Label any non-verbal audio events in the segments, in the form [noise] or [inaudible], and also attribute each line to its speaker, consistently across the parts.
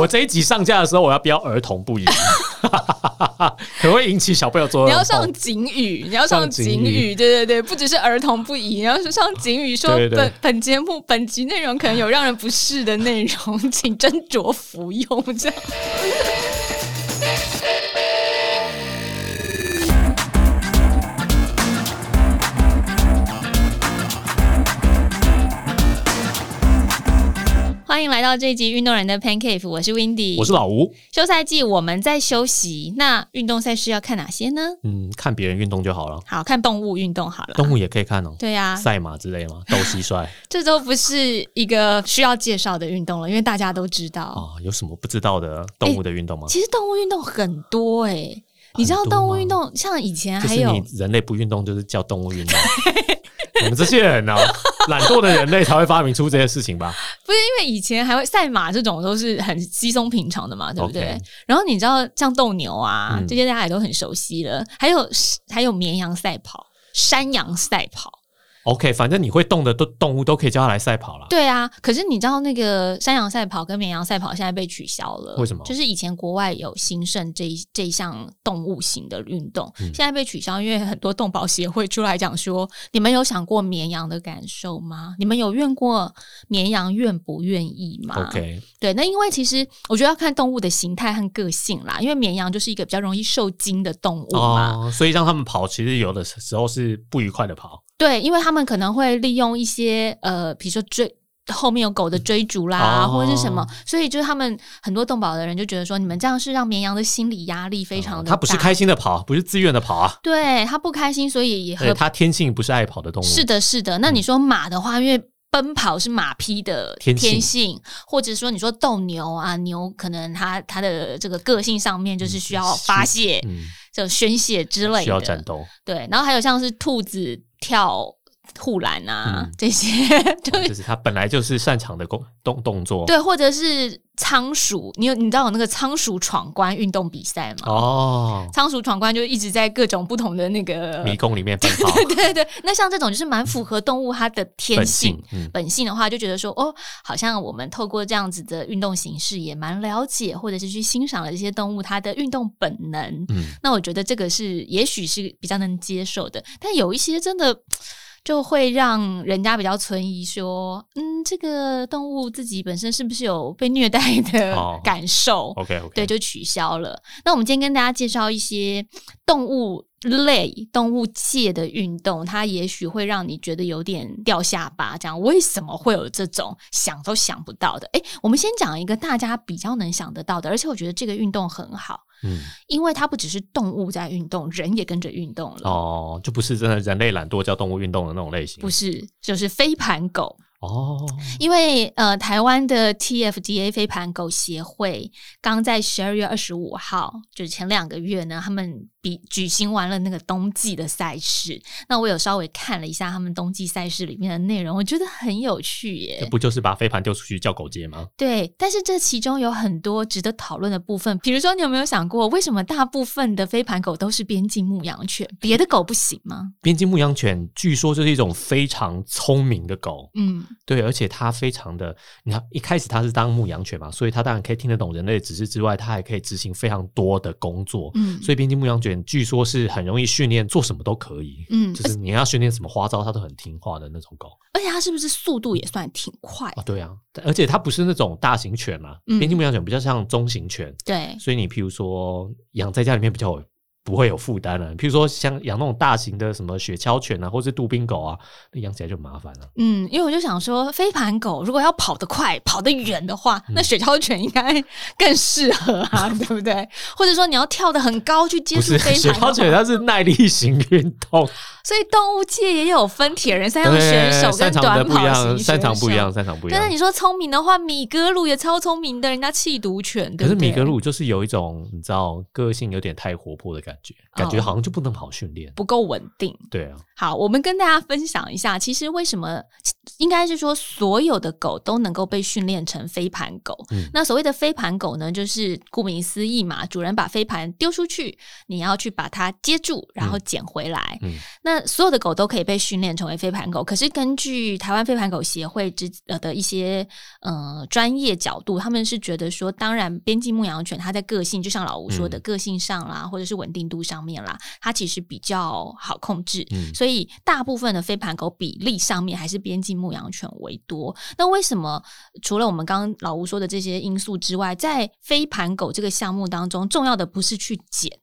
Speaker 1: 我这一集上架的时候，我要标儿童不宜， [laughs] 可能会引起小朋友做噩梦。
Speaker 2: 你要上警语，你要上警
Speaker 1: 哦上警
Speaker 2: 语，对对对，不只是儿童不宜，你要上警语说
Speaker 1: 对对
Speaker 2: 本本节目本集内容可能有让人不适的内容，请斟酌服用。这样欢迎来到这一集《运动人的 Pan Cave》，我是 Windy，
Speaker 1: 我是老吴，
Speaker 2: 休赛季我们在休息，那运动赛事要看哪些呢？
Speaker 1: 嗯，看别人运动就好了，
Speaker 2: 好看动物运动好了，
Speaker 1: 动物也可以看哦，
Speaker 2: 对呀、啊，
Speaker 1: 赛马之类嘛，斗蟋蟀
Speaker 2: 这都不是一个需要介绍的运动了，因为大家都知道。
Speaker 1: 啊，有什么不知道的动物的运动吗？
Speaker 2: 其实动物运动很多诶、你知道
Speaker 1: 很多吗
Speaker 2: 动物运动像以前
Speaker 1: 就
Speaker 2: 还
Speaker 1: 是
Speaker 2: 有
Speaker 1: 你人类不运动，就是叫动物运动。你们这些人啊，懒惰的人类才会发明出这些事情吧？
Speaker 2: 不是因为以前还会赛马这种都是很稀松平常的嘛，对不对
Speaker 1: OK
Speaker 2: 然后你知道像斗牛啊、
Speaker 1: 嗯
Speaker 2: 这些大家也都很熟悉了，还有还有绵羊赛跑、山羊赛跑。
Speaker 1: OK，反正你会动的都动物都可以叫它来赛跑啦。
Speaker 2: 对啊，可是你知道那个山羊赛跑跟绵羊赛跑现在被取消了，
Speaker 1: 为什么
Speaker 2: 就是以前国外有兴盛这一这一项动物型的运动，
Speaker 1: 嗯
Speaker 2: 现在被取消，因为很多动保协会出来讲说，你们有想过绵羊的感受吗？你们有怨过绵羊愿不愿意吗
Speaker 1: OK，
Speaker 2: 对，啊那因为其实我觉得要看动物的形态和个性啦，因为绵羊就是一个比较容易受惊的动物嘛，
Speaker 1: 哦，所以让他们跑，其实有的时候是不愉快的跑。
Speaker 2: 对，因为他们可能会利用一些呃，比如说追。后面有狗的追逐啦，
Speaker 1: 哦
Speaker 2: 或者是什么，所以就是他们很多动保的人就觉得说，你们这样是让绵羊的心理压力非常的
Speaker 1: 哦
Speaker 2: 大。
Speaker 1: 它不是开心的跑，不是自愿的跑啊。
Speaker 2: 对它不开心，所以也
Speaker 1: 对，
Speaker 2: 和
Speaker 1: 它天性不是爱跑的动物。
Speaker 2: 是的，是的。那你说马的话，因为奔跑是马匹的
Speaker 1: 嗯天性
Speaker 2: 性或者说你说斗牛啊，牛可能它它的这个个性上面就是需要
Speaker 1: 是
Speaker 2: 发泄、
Speaker 1: 嗯，
Speaker 2: 就宣泄之类的，
Speaker 1: 需要战斗。
Speaker 2: 对，然后还有像是兔子跳护栏啊、
Speaker 1: 嗯
Speaker 2: 这些， [laughs] [laughs] 对
Speaker 1: 就是他本来就是擅长的动动动作。
Speaker 2: 对，或者是仓鼠，你有你知道有那个仓鼠闯关运动比赛吗？
Speaker 1: 哦，
Speaker 2: 仓鼠闯关就一直在各种不同的那 [laughs] 个，
Speaker 1: 迷宫里面奔跑
Speaker 2: 对对，那像这种就是蛮符合动物它的天
Speaker 1: 本
Speaker 2: 性。
Speaker 1: 性，嗯，
Speaker 2: 本性的话，就觉得说哦，好像我们透过这样子的运动形式，也蛮了解，或者是去欣赏了这些动物它的运动本能。 [laughs]
Speaker 1: 嗯，
Speaker 2: 那我觉得这个是也许是比较能接受的，但有一些真的就会让人家比较存疑说，嗯，这个动物自己本身是不是有被虐待的
Speaker 1: 哦
Speaker 2: [laughs] 感受？
Speaker 1: OK OK，
Speaker 2: 对，就取消了。那我们今天跟大家介绍一些动物类、动物界的运动，它也许会让你觉得有点掉下巴，这样为什么会有这种想都想不到的？诶，我们先讲一个大家比较能想得到的，而且我觉得这个运动很好。
Speaker 1: 嗯，
Speaker 2: 因为它不只是动物在运动，人也跟着运动了。
Speaker 1: 哦，就不是真的人类懒惰叫动物运动的那种类型
Speaker 2: 不。是，就是飞盘狗，
Speaker 1: 哦，
Speaker 2: 因为呃，台湾的 TFDA 飞盘狗协会刚在十二月二十五号，就是前两个月呢，他们比举行完了那个冬季的赛事。那我有稍微看了一下他们冬季赛事里面的内容，我觉得很有趣
Speaker 1: 这
Speaker 2: 耶。
Speaker 1: 不就是把飞盘丢出去叫狗接吗？
Speaker 2: 对，但是这其中有很多值得讨论的部分，比如说你有没有想过，为什么大部分的飞盘狗都是边境牧羊犬，别的狗不行吗？
Speaker 1: 边境牧羊犬据说就是一种非常聪明的狗，
Speaker 2: 嗯，
Speaker 1: 对，而且它非常的，你看一开始它是当牧羊犬嘛，所以它当然可以听得懂人类的指示之外，它还可以执行非常多的工作。
Speaker 2: 嗯
Speaker 1: 所以边境牧羊犬据说是很容易训练，做什么都可以。
Speaker 2: 嗯，
Speaker 1: 就是你要训练什么花招，它都很听话的那种狗
Speaker 2: 而且它是不是速度也算挺快？
Speaker 1: 啊、哦。对啊，但而且它不是那种大型犬嘛，
Speaker 2: 嗯
Speaker 1: 边境牧羊犬比较像中型犬，啊
Speaker 2: 对，
Speaker 1: 所以你譬如说养在家里面比较有不会有负担了。譬如说像养那种大型的什么雪橇犬啊，或是杜宾狗啊，那养起来就麻烦啊了。
Speaker 2: 嗯，因为我就想说，飞盘狗如果要跑得快、跑得远的话，
Speaker 1: 嗯
Speaker 2: 那雪橇犬应该更适合
Speaker 1: [laughs]
Speaker 2: 啊，对不对？或者说你要跳得很高去接
Speaker 1: 不
Speaker 2: 触
Speaker 1: 是
Speaker 2: 飞
Speaker 1: 雪
Speaker 2: 盘的话
Speaker 1: 橇，犬，它是耐力型运动。
Speaker 2: 所以动物界也有分铁人三项
Speaker 1: 对，
Speaker 2: 选手
Speaker 1: 擅
Speaker 2: 跟
Speaker 1: 长的
Speaker 2: 短
Speaker 1: 不一
Speaker 2: 跑型
Speaker 1: 样，
Speaker 2: 选手。
Speaker 1: 擅长不一样，。擅长不一
Speaker 2: 但是
Speaker 1: 样。
Speaker 2: 你说聪明的话，米格鲁也超聪明的，人家弃毒犬，
Speaker 1: 可
Speaker 2: 对
Speaker 1: 是
Speaker 2: 不对？
Speaker 1: 米格鲁就是有一种你知道个性有点太活泼的感感觉，
Speaker 2: 哦
Speaker 1: 感觉好像就不那么好训练。
Speaker 2: 不够稳定。
Speaker 1: 对啊，
Speaker 2: 好，我们跟大家分享一下，其实为什么应该是说所有的狗都能够被训练成飞盘狗。
Speaker 1: 嗯
Speaker 2: 那所谓的飞盘狗呢，就是顾名思义嘛，主人把飞盘丢出去，你要去把它接住，然后捡回来。
Speaker 1: 嗯
Speaker 2: 那所有的狗都可以被训练成为飞盘狗，可是根据台湾飞盘狗协会之呃的一些呃专业角度，他们是觉得说，当然边境牧羊犬它在个性，就像老吴说的，
Speaker 1: 嗯
Speaker 2: 个性上啦，或者是稳定度上面啦，它其实比较好控制。
Speaker 1: 嗯
Speaker 2: 所以大部分的飞盘狗比例上面还是边境牧羊犬为多。那为什么除了我们刚刚老吴说的这些因素之外，在飞盘狗这个项目当中，重要的不是去捡，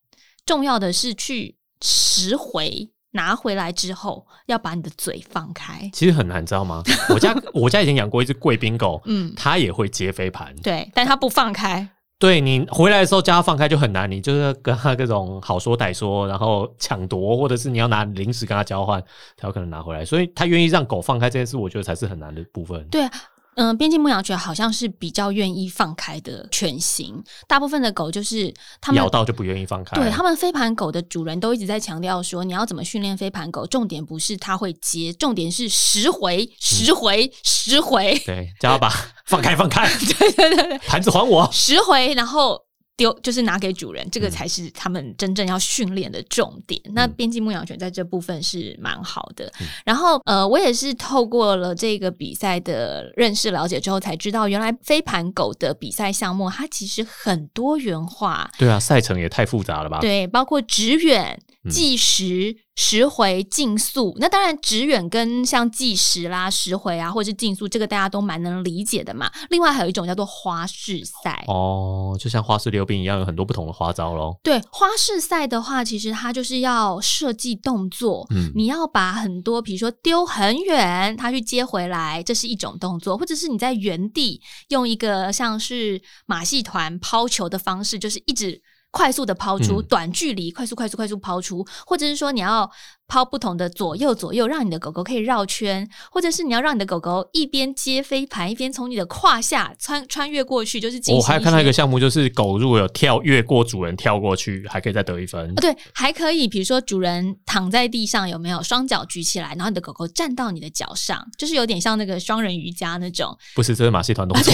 Speaker 2: 重要的是去拾回。拿回来之后，要把你的嘴放开。
Speaker 1: 其实很难，知道
Speaker 2: [laughs]
Speaker 1: 吗？我家我家以前养过一只贵宾狗，
Speaker 2: 嗯，
Speaker 1: 它也会接飞盘。
Speaker 2: 对，但它不放开。
Speaker 1: 对你回来的时候叫它放开就很难，你就是跟它各种好说歹说，然后抢夺，或者是你要拿零食跟它交换，才有可能拿回来。所以它愿意让狗放开这件事，我觉得才是很难的部分。
Speaker 2: 对啊，嗯、边境牧羊犬好像是比较愿意放开的犬型，大部分的狗就是它们
Speaker 1: 咬到就不愿意放开。
Speaker 2: 对他们飞盘狗的主人都一直在强调说，你要怎么训练飞盘狗，重点不是它会接，重点是拾回、拾回、拾回， [laughs]
Speaker 1: 对，叫它把放开放开， [laughs]
Speaker 2: 对对对对，
Speaker 1: 盘子还
Speaker 2: [laughs]
Speaker 1: 我。
Speaker 2: 拾回，然后。丢就是拿给主人，这个才是他们真正要训练的重点。那边境牧羊犬在这部分是蛮好的。然后呃，我也是透过了这个比赛的认识了解之后，才知道原来飞盘狗的比赛项目它其实很多元化。
Speaker 1: 对啊，赛程也太复杂了吧？
Speaker 2: 对，包括直远、
Speaker 1: 啊嗯
Speaker 2: 计时、时回、竞速。那当然，直远跟像计时啦、时回啊，或者是竞速，这个大家都蛮能理解的嘛。另外还有一种叫做花式赛。
Speaker 1: 哦，就像花式溜冰一样，有很多不同的花招喽。
Speaker 2: 对花式赛的话，其实它就是要设计动作，
Speaker 1: 嗯，
Speaker 2: 你要把很多，比如说丢很远，它去接回来，这是一种动作；或者是你在原地用一个像是马戏团抛球的方式，就是一直快速的抛出，
Speaker 1: 嗯
Speaker 2: 短距离快速、快速、快速抛出，或者是说你要抛不同的左右左右，让你的狗狗可以绕圈，或者是你要让你的狗狗一边接飞盘，一边从你的胯下穿穿越过去，就是进行
Speaker 1: 我
Speaker 2: 一
Speaker 1: 哦
Speaker 2: 些。
Speaker 1: 还有看到一个项目，就是狗如果有跳越过主人跳过去，还可以再得一分
Speaker 2: 啊，。对，还可以，比如说主人躺在地上，有没有双脚举起来，然后你的狗狗站到你的脚上，就是有点像那个双人瑜伽那种
Speaker 1: 不是，这是马戏团动
Speaker 2: 哦
Speaker 1: 作，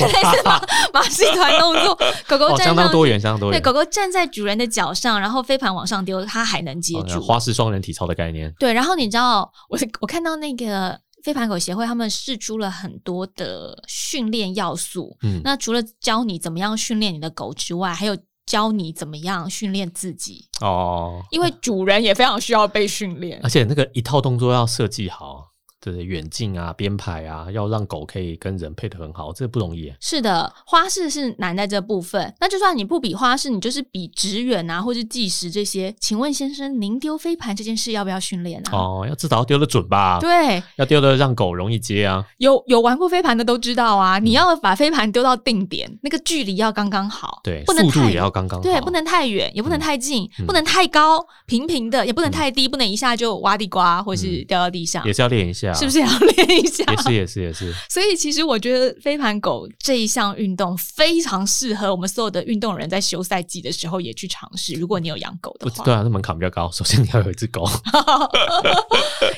Speaker 2: 马戏团动
Speaker 1: [laughs]
Speaker 2: 作，狗狗
Speaker 1: 哦，相
Speaker 2: 站上
Speaker 1: 当
Speaker 2: 去，
Speaker 1: 多元，相当多
Speaker 2: 对，
Speaker 1: 元。
Speaker 2: 狗狗站在主人的脚上，然后飞盘往上丢，它还能接
Speaker 1: 哦
Speaker 2: 住。
Speaker 1: 花式双人体操的概念，
Speaker 2: 对，然后你知道，我我看到那个飞盘狗协会，他们试出了很多的训练要素。
Speaker 1: 嗯
Speaker 2: 那除了教你怎么样训练你的狗之外，还有教你怎么样训练自己，
Speaker 1: 哦，
Speaker 2: 因为主人也非常需要被训练。
Speaker 1: 而且那个一套动作要设计好，对远近啊、编排啊，要让狗可以跟人配得很好，这不容易耶。
Speaker 2: 是的，花式是难在这部分。那就算你不比花式，你就是比直远啊，或是计时这些。请问先生，您丢飞盘这件事要不要训练啊？
Speaker 1: 哦，要至少要丢的准吧，
Speaker 2: 对，
Speaker 1: 要丢的让狗容易接啊。
Speaker 2: 有有玩过飞盘的都知道啊，
Speaker 1: 嗯
Speaker 2: 你要把飞盘丢到定点，那个距离要刚刚好，
Speaker 1: 对，
Speaker 2: 不能
Speaker 1: 速度
Speaker 2: 太
Speaker 1: 也要刚刚好，
Speaker 2: 对，不能太远，也不能太近，
Speaker 1: 嗯
Speaker 2: 不能太高，平平的，也不能太低，不能一下就挖地瓜或是掉到地
Speaker 1: 嗯
Speaker 2: 上，
Speaker 1: 也是要练一下，
Speaker 2: 是不？是要 [laughs] 练一下？
Speaker 1: 也
Speaker 2: [laughs]
Speaker 1: 是也是也是，
Speaker 2: 所以其实我觉得飞盘狗这一项运动非常适合我们所有的运动人在休赛季的时候也去尝试。如果你有养狗的
Speaker 1: 不
Speaker 2: 话，
Speaker 1: 对啊，那门槛比较高。首先你要有一只狗，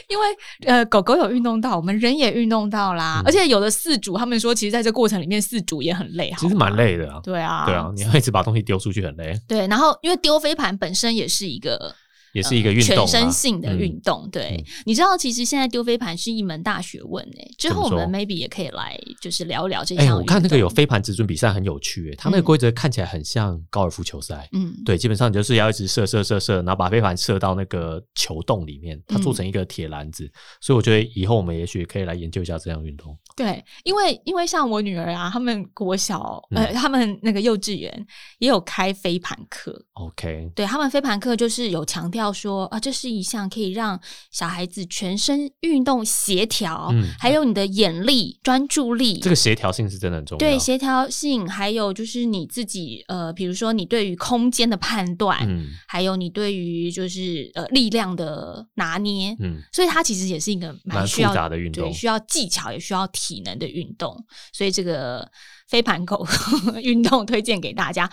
Speaker 2: 因为呃狗狗有运动到，我们人也运动到
Speaker 1: 嗯
Speaker 2: 啦。而且有的饲主他们说，其实在这过程里面饲主也很累，
Speaker 1: 其实
Speaker 2: 好吗
Speaker 1: 蛮。累的啊。
Speaker 2: 对啊，
Speaker 1: 对啊，你要一直把东西丢出去很累，
Speaker 2: 对然后因为丢飞盘本身也是一个
Speaker 1: 也是一个运动啊。
Speaker 2: 嗯全身性的运动。对
Speaker 1: 嗯，
Speaker 2: 你知道，其实现在丢飞盘是一门大学问诶、之后我
Speaker 1: 怎么说
Speaker 2: 们 maybe 也可以来就是聊聊这项
Speaker 1: 哎、
Speaker 2: 运动。
Speaker 1: 我看那个有飞盘直准比赛很有趣、欸，它那个
Speaker 2: 嗯
Speaker 1: 规则看起来很像高尔夫球赛。
Speaker 2: 嗯，
Speaker 1: 对，基本上你就是要一直射射射射，然后把飞盘射到那个球洞里面，它做
Speaker 2: 嗯
Speaker 1: 成一个铁篮子。所以我觉得以后我们也许可以来研究一下这项运动。
Speaker 2: 对，因为因为像我女儿啊，他们国小呃，
Speaker 1: 嗯
Speaker 2: 他们那个幼稚园也有开飞盘课。
Speaker 1: OK，
Speaker 2: 对他们飞盘课就是有强调说啊，这是一项可以让小孩子全身运动协调，
Speaker 1: 嗯
Speaker 2: 还有你的眼力、专注力，
Speaker 1: 这个协调性是真的很重要。
Speaker 2: 对协调性，还有就是你自己呃，比如说你对于空间的判断，
Speaker 1: 嗯
Speaker 2: 还有你对于就是呃力量的拿捏，
Speaker 1: 嗯，
Speaker 2: 所以它其实也是一个蛮
Speaker 1: 蛮
Speaker 2: 需要
Speaker 1: 复杂的运动
Speaker 2: 对，需要技巧也需要体能的运动。所以这个飞盘狗 [laughs] 运动推荐给大家。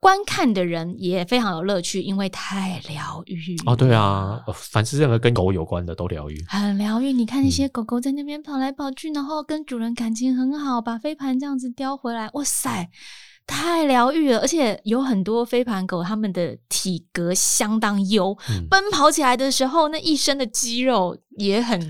Speaker 2: 观看的人也非常有乐趣，因为太疗愈
Speaker 1: 哦，对啊
Speaker 2: 了，
Speaker 1: 呃凡是任何跟狗有关的都疗愈。
Speaker 2: 很疗愈。你看那些
Speaker 1: 嗯
Speaker 2: 狗狗在那边跑来跑去，然后跟主人感情很好，把飞盘这样子叼回来，哇塞，太疗愈了！而且有很多飞盘狗，它们的体格相当优，
Speaker 1: 嗯
Speaker 2: 奔跑起来的时候，那一身的肌肉也很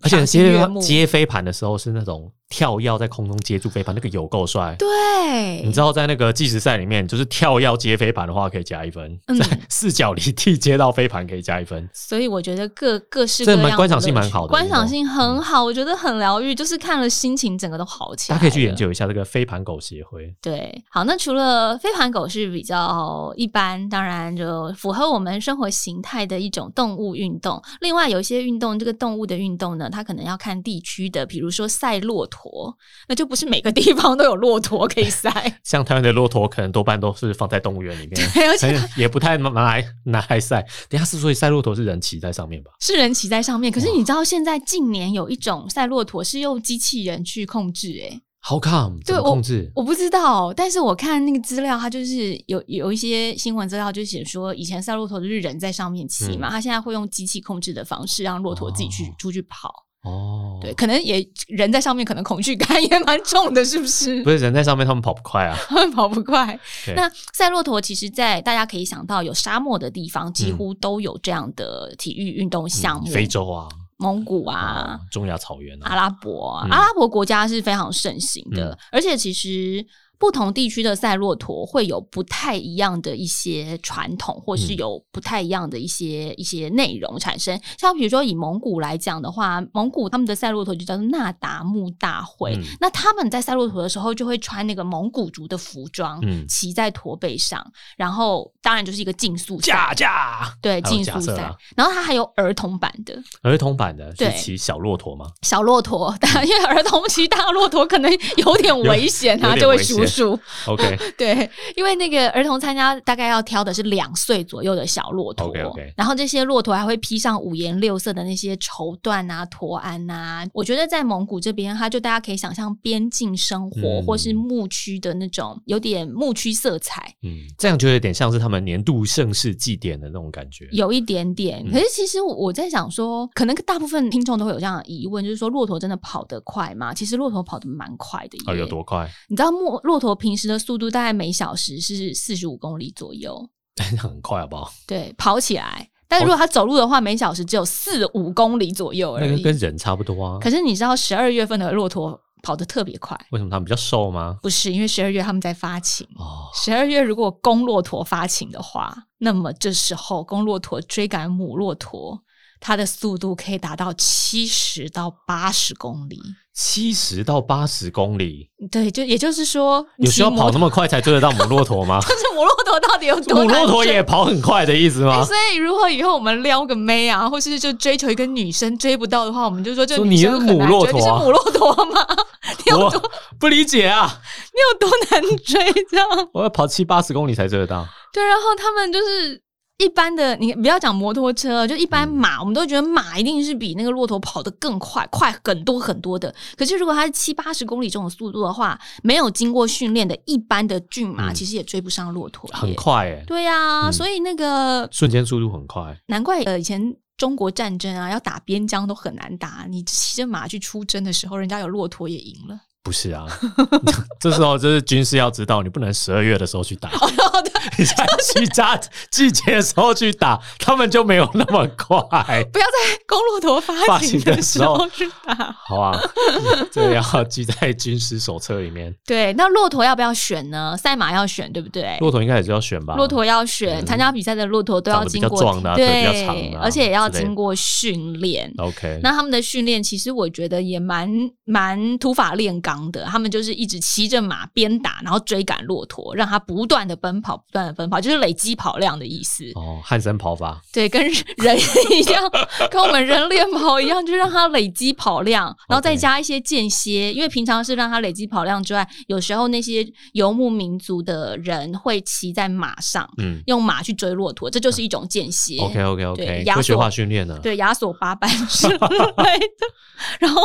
Speaker 1: 而且
Speaker 2: 赏心悦
Speaker 1: 接
Speaker 2: 目。
Speaker 1: 接飞盘的时候是那种跳跃在空中接住飞盘，那个有够帅。
Speaker 2: 对，
Speaker 1: 你知道在那个计时赛里面，就是跳跃接飞盘的话可以加一分，
Speaker 2: 嗯
Speaker 1: 在 [laughs] 四脚离地接到飞盘可以加一
Speaker 2: [laughs]
Speaker 1: 分。
Speaker 2: 所以我觉得各各式各
Speaker 1: 这
Speaker 2: 样的
Speaker 1: 蛮观赏
Speaker 2: 乐
Speaker 1: 性蛮
Speaker 2: 趣
Speaker 1: 好的
Speaker 2: 观
Speaker 1: 运动
Speaker 2: 赏性很好，我觉得很疗愈，就是看了心情整个都好起
Speaker 1: 大
Speaker 2: 来。
Speaker 1: 家可以去研。究一下这个飞盘狗协会。。
Speaker 2: 对，好，那除了飞盘狗是比较一般，当然就符合我们生活形态的一种动物运动。另外有一些运动，这个动物的运动呢，它可能要看地区的，比如说赛骆驼，那就不是每个地方都有骆驼可以赛
Speaker 1: 像台湾的骆驼，可能多半都是放在动物园里面，
Speaker 2: [laughs] 对，而且
Speaker 1: 很也不太拿来拿来晒。等一下是所以赛骆驼是人骑在上面吧？
Speaker 2: 是人骑在上面，可是你知道现在近年有一种赛骆驼是用机器人去控制、欸，
Speaker 1: 好 come 怎么
Speaker 2: 我
Speaker 1: 控制？
Speaker 2: 我不知道，但是我看那个资料，它就是有有一些新闻资料就写说，以前赛骆驼就是人在上面骑嘛，它现在会用机器控制的方式让骆驼自己去、
Speaker 1: 嗯哦
Speaker 2: 出去跑。
Speaker 1: 哦，
Speaker 2: 对，，可能也人在上面，可能恐惧感 [laughs] 也蛮重的，是不是？
Speaker 1: 不是人在上面，他们跑不快啊。
Speaker 2: [laughs] 跑不快
Speaker 1: 对。
Speaker 2: 那赛骆驼其实在，大家可以想到有沙漠的地方，几乎都有这样的体育运动项
Speaker 1: 嗯
Speaker 2: 目，
Speaker 1: 非洲啊，
Speaker 2: 蒙古啊，
Speaker 1: 哦中亚草原
Speaker 2: 阿
Speaker 1: 啊，
Speaker 2: 拉伯啊、
Speaker 1: 嗯
Speaker 2: 阿拉伯国家是非常盛行的，
Speaker 1: 嗯
Speaker 2: 而且其实不同地区的赛骆驼会有不太一样的一些传统，或
Speaker 1: 嗯
Speaker 2: 是有不太一样的一些一些内容产生。像比如说以蒙古来讲的话，蒙古他们的赛骆驼就叫做纳达慕大会，
Speaker 1: 嗯
Speaker 2: 那他们在赛骆驼的时候就会穿那个蒙古族的服装，
Speaker 1: 嗯
Speaker 2: 骑在驼背上，然后当然就是一个竞速
Speaker 1: 驾
Speaker 2: 赛。
Speaker 1: 驾。
Speaker 2: 对
Speaker 1: 还有
Speaker 2: 竞速
Speaker 1: 假设
Speaker 2: 赛
Speaker 1: 啦，
Speaker 2: 然后它还有儿童版的，
Speaker 1: 儿童版的是
Speaker 2: 对
Speaker 1: 骑小骆驼吗？
Speaker 2: 小骆驼，但因为儿童骑大骆驼可能有点危险
Speaker 1: 有
Speaker 2: 啊，
Speaker 1: 有点
Speaker 2: 就会
Speaker 1: 危险
Speaker 2: 叔叔。 [laughs]
Speaker 1: OK
Speaker 2: 对，因为那个儿童参加大概要挑的是两岁左右的小骆驼
Speaker 1: OK，OK
Speaker 2: 然后这些骆驼还会披上五颜六色的那些绸缎啊、驼鞍啊。我觉得在蒙古这边，它就大家可以想象边境生活、
Speaker 1: 嗯
Speaker 2: 或是牧区的那种有点牧区色彩，
Speaker 1: 嗯，这样就有点像是他们年度盛世祭典的那种感觉。
Speaker 2: 有一点点。
Speaker 1: 嗯
Speaker 2: 可是其实我在想说，可能大部分听众都会有这样的疑问，就是说骆驼真的跑得快吗？其实骆驼跑得蛮快的耶，
Speaker 1: 哦，有多快？ [laughs]
Speaker 2: 你知道骆骆驼平时的速度大概每小时是四十五公里左右，
Speaker 1: 很快好不好？
Speaker 2: 对，跑起来。但如果它走路的话，每小时只有四五公里左右而
Speaker 1: 那个
Speaker 2: 已。
Speaker 1: 跟人差不多啊。
Speaker 2: 可是你知道十二月份的骆驼跑得特别快，
Speaker 1: 为什么他们比较瘦吗？
Speaker 2: 不是因为十二月他们在发情。
Speaker 1: 哦，
Speaker 2: 十二月如果公骆驼发情的话，那么这时候公骆驼追赶母骆驼，它的速度可以达到七十到八十公里。
Speaker 1: 七十到八十公里，
Speaker 2: 对，就也就是说，
Speaker 1: 有需要
Speaker 2: 骑摩
Speaker 1: 跑那
Speaker 2: 托
Speaker 1: 么快才追得到母骆驼吗？
Speaker 2: 这母骆驼到底有 [laughs]
Speaker 1: 母
Speaker 2: 多难
Speaker 1: 骆驼
Speaker 2: 追
Speaker 1: 也跑很快的意思
Speaker 2: [laughs] 欸
Speaker 1: 吗？
Speaker 2: 所以如果以后我们撩个妹啊，或是就追求一个女生追不到的话，我们就说这
Speaker 1: 说你
Speaker 2: 女生
Speaker 1: 是
Speaker 2: 很
Speaker 1: 母
Speaker 2: 难
Speaker 1: 骆
Speaker 2: 追你是
Speaker 1: 驼啊
Speaker 2: 母骆驼吗？ [laughs] 你有多
Speaker 1: 我 [laughs] 不理解啊，
Speaker 2: 你有多难追这样？
Speaker 1: 我要跑七八十公里才追得到。
Speaker 2: 对，啊然后他们就是。一般的，你不要讲摩托车，就一般马，我们都觉得马一定是比那个骆驼跑得更快，快很多很多的。可是如果它是七八十公里这种速度的话，没有经过训练的一般的骏马，
Speaker 1: 嗯
Speaker 2: 其实也追不上骆驼耶。
Speaker 1: 很快诶、
Speaker 2: 对呀、啊
Speaker 1: 嗯
Speaker 2: 所以那个
Speaker 1: 瞬间速度很快。
Speaker 2: 难怪呃，以前中国战争啊，要打边疆都很难打。你骑着马去出征的时候，人家有骆驼也赢了。 [laughs]
Speaker 1: 不是啊， [laughs] 这时候就是军事要知道，你不能十二月的时候去打，你在其他季节的时候去打，他们就没有那么快。
Speaker 2: 不要在公骆驼发情的时
Speaker 1: 发
Speaker 2: 候去打。
Speaker 1: 好啊，这个要记在军师手册里面。
Speaker 2: 对，那骆驼要不要选呢？赛马要选，对不对？
Speaker 1: 骆驼应该也是要选吧？
Speaker 2: 骆驼要选，
Speaker 1: 嗯
Speaker 2: 参加比赛的骆驼都要经过
Speaker 1: 长得比较壮的啊腿比较长
Speaker 2: 对，
Speaker 1: 的啊
Speaker 2: 而且也要
Speaker 1: 之类的
Speaker 2: 经过训练。
Speaker 1: OK，
Speaker 2: 那他们的训练其实我觉得也蛮蛮土法炼钢的，他们就是一直骑着马边打，然后追赶骆驼，让它不断的奔跑，不断的奔跑，就是累积跑量的意思。
Speaker 1: 哦，汉森跑法
Speaker 2: 对，跟人一样，跟我们人练跑一样，就让它累积跑量，然后再
Speaker 1: OK
Speaker 2: 加一些间歇，因为平常是让它累积跑量之外，有时候那些游牧民族的人会骑在马上，
Speaker 1: 嗯
Speaker 2: 用马去追骆驼，这就是一种间歇。
Speaker 1: ，OK OK
Speaker 2: 对
Speaker 1: OK，
Speaker 2: 压缩
Speaker 1: 科学化训练呢？
Speaker 2: [laughs] 对，亚索八班之类的，然后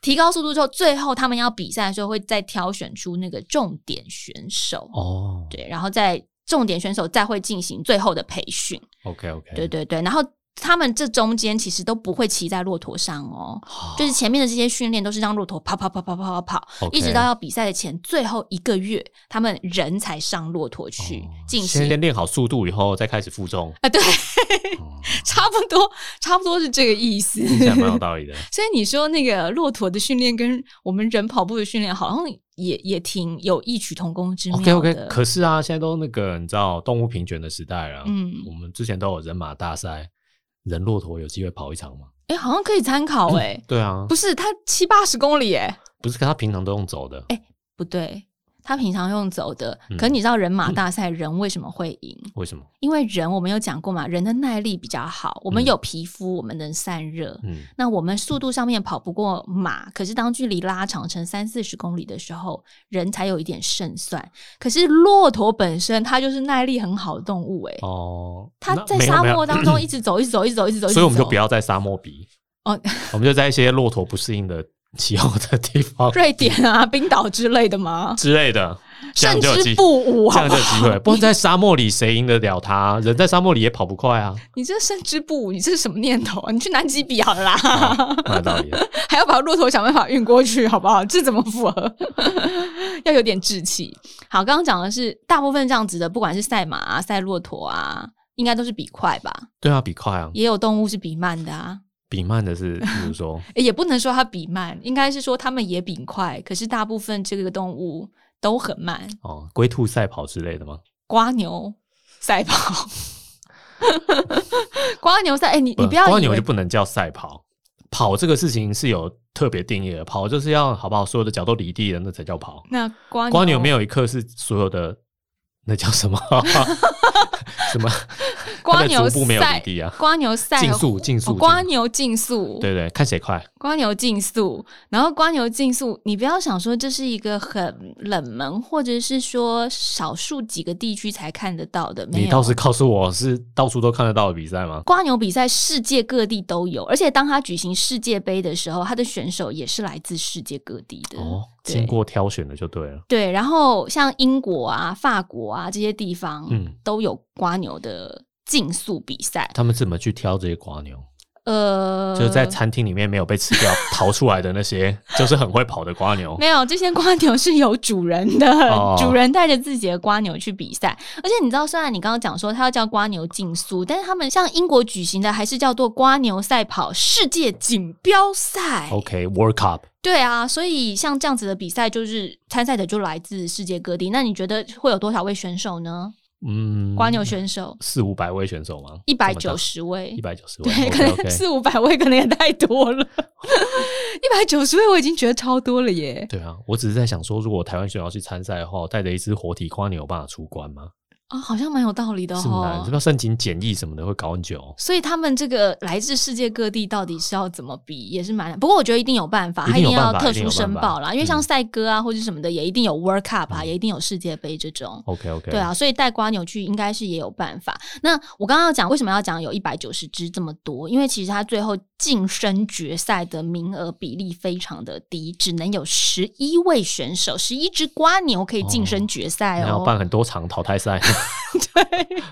Speaker 2: 提高速度之后，最后他们要比比赛的时候会再挑选出那个重点选手，
Speaker 1: 哦，
Speaker 2: 对，然后再重点选手再会进行最后的培训，
Speaker 1: ，OK OK，
Speaker 2: 对，对对，然后他们这中间其实都不会骑在骆驼上哦，就是前面的这些训练都是让骆驼跑跑跑跑跑跑跑，一直到要比赛的前最后一个月，他们人才上骆驼去进行
Speaker 1: 哦先练好速度以后再开始负重，
Speaker 2: 啊，对，
Speaker 1: 哦
Speaker 2: [laughs] 差不多，差不多是这个意思。
Speaker 1: 听起来蛮有道理的。
Speaker 2: 所以你说那个骆驼的训练跟我们人跑步的训练，好像也也挺有异曲同工之妙
Speaker 1: OK
Speaker 2: 的。
Speaker 1: OK，可是啊，现在都那个你知道动物平权的时代了，
Speaker 2: 嗯
Speaker 1: 我们之前都有人马大赛，人骆驼有机会跑一场吗？
Speaker 2: 哎、好像可以参考哎、
Speaker 1: 对啊，
Speaker 2: 不是，他七八十公里哎、
Speaker 1: 不是，可他平常都用走的，
Speaker 2: 不对，他平常用走的。
Speaker 1: 嗯
Speaker 2: 可你知道人马大赛人为什么会赢？
Speaker 1: 为什么？
Speaker 2: 因为人我们有讲过嘛，人的耐力比较好，我们有皮肤，我们能散热。
Speaker 1: 嗯，
Speaker 2: 那我们速度上面跑不过马，可是当距离拉长成三四十公里的时候，人才有一点胜算。可是骆驼本身它就是耐力很好的动物、欸，
Speaker 1: 哦，
Speaker 2: 它
Speaker 1: 那
Speaker 2: 在
Speaker 1: 没有
Speaker 2: 沙
Speaker 1: 没有
Speaker 2: 漠当中一直走，一直走，一直走，一直走，
Speaker 1: 所以我们
Speaker 2: 一直
Speaker 1: 就
Speaker 2: 走
Speaker 1: 不要在沙漠比
Speaker 2: 哦，
Speaker 1: [laughs] 我们就在一些骆驼不适应的气候的地
Speaker 2: [laughs]
Speaker 1: 方
Speaker 2: 瑞典啊、冰岛之类的吗？
Speaker 1: 之类的，这
Speaker 2: 甚
Speaker 1: 样就有
Speaker 2: 至
Speaker 1: 机，
Speaker 2: 不武，
Speaker 1: 这样
Speaker 2: 啊好不
Speaker 1: 就有机
Speaker 2: 好？
Speaker 1: 会。不然在沙漠里谁赢得了他？人在沙漠里也跑不快
Speaker 2: [laughs]
Speaker 1: 啊，
Speaker 2: 你这甚至不武，你这是什么念头啊？你去南极比好了啦，
Speaker 1: 啊蛮有道理的。
Speaker 2: 还要把骆驼想办法运过去，好不好？这怎么符合？ [laughs] 要有点志气。好，刚刚讲的是大部分这样子的，不管是赛马啊、赛骆驼啊，应该都是比快吧？
Speaker 1: 对啊，比快啊，
Speaker 2: [laughs] 也有动物是比慢的啊，
Speaker 1: 比慢的是，比如说，
Speaker 2: 诶也不能说它比慢，应该是说它们也比快，可是大部分这个动物都很慢。
Speaker 1: 哦，龟兔赛跑之类的吗？
Speaker 2: 瓜牛赛跑， [laughs] 瓜牛赛，哎、 [laughs] 你你
Speaker 1: 不
Speaker 2: 不要
Speaker 1: 蜗
Speaker 2: 以
Speaker 1: 牛
Speaker 2: 为
Speaker 1: 就不能叫赛跑，跑这个事情是有特别定义的，跑就是要好不好，所有的脚都离地了，那才叫跑。
Speaker 2: 那瓜
Speaker 1: 蜗牛没
Speaker 2: 有
Speaker 1: 有一刻是所有的， [laughs] 那叫什么？ [laughs] 什么？
Speaker 2: [laughs] 瓜
Speaker 1: 它
Speaker 2: 牛
Speaker 1: 的足部没有离
Speaker 2: 赛，
Speaker 1: 地啊，
Speaker 2: 瓜牛赛
Speaker 1: 竞速竞速
Speaker 2: 哦，瓜牛竞速，
Speaker 1: 对对，看谁快。
Speaker 2: 瓜牛竞速，然后瓜牛竞速，你不要想说这是一个很冷门，或者是说少数几个地区才看得到的，没
Speaker 1: 你倒
Speaker 2: 有。
Speaker 1: 是告诉我是到处都看得到的比赛吗？
Speaker 2: 瓜牛比赛世界各地都有，而且当他举行世界杯的时候，他的选手也是来自世界各地的。
Speaker 1: 哦，
Speaker 2: 呃对
Speaker 1: 经过挑选的就对了。
Speaker 2: 对，然后像英国啊、法国啊这些地方，
Speaker 1: 嗯
Speaker 2: 都有瓜牛的竞速比赛。
Speaker 1: 他们怎么去挑这些瓜牛？
Speaker 2: 呃，
Speaker 1: 就是在餐厅里面没有被吃掉逃出来的那
Speaker 2: [laughs]
Speaker 1: 些，就是很会跑的瓜牛。
Speaker 2: 没有，这些瓜牛是有主人的，
Speaker 1: 哦
Speaker 2: [laughs] 主人带着自己的瓜牛去比赛。而且你知道，虽然你刚刚讲说它要叫瓜牛竞速，但是他们像英国举行的还是叫做瓜牛赛跑世界锦标赛。
Speaker 1: OK，World Cup
Speaker 2: 对啊，所以像这样子的比赛，就是参赛者就来自世界各地。那你觉得会有多少位选手呢？
Speaker 1: 嗯，
Speaker 2: 瓜牛选手
Speaker 1: 四五百位选手吗？
Speaker 2: 一百九十位，
Speaker 1: 一百九十位
Speaker 2: 对，可
Speaker 1: ，OK
Speaker 2: 能
Speaker 1: OK，
Speaker 2: 四五百位，可能也太多了。 [laughs] 一百九十位我已经觉得超多了耶！
Speaker 1: 对啊，我只是在想说，如果台湾选手要去参赛的话，我带着一只活体瓜牛有办法出关吗？
Speaker 2: 啊、好像蛮有道理的
Speaker 1: 是不是难？是不
Speaker 2: 哦
Speaker 1: 是。要申请检疫什么的会搞很久？
Speaker 2: 所以他们这个来自世界各地，到底是要怎么比，也是蛮难。不过我觉得一定有办法，
Speaker 1: 一
Speaker 2: 他
Speaker 1: 定有办
Speaker 2: 要
Speaker 1: 法
Speaker 2: 特
Speaker 1: 一定
Speaker 2: 殊
Speaker 1: 有
Speaker 2: 申
Speaker 1: 办法
Speaker 2: 报啦，因为像
Speaker 1: 嗯
Speaker 2: 赛鸽啊或者什么的，也一定有 World Cup 啊，也一定有世界杯这种。
Speaker 1: OK OK，
Speaker 2: 对，啊，所以带瓜牛去应该是也有办法。那我刚刚要讲为什么要讲有一百九十只这么多，因为其实它最后晋升决赛的名额比例非常的低，只能有十一位选手，十一只瓜牛可以晋升决赛
Speaker 1: 然
Speaker 2: 哦。
Speaker 1: 后办很多场淘汰
Speaker 2: [laughs]
Speaker 1: 赛，
Speaker 2: 对，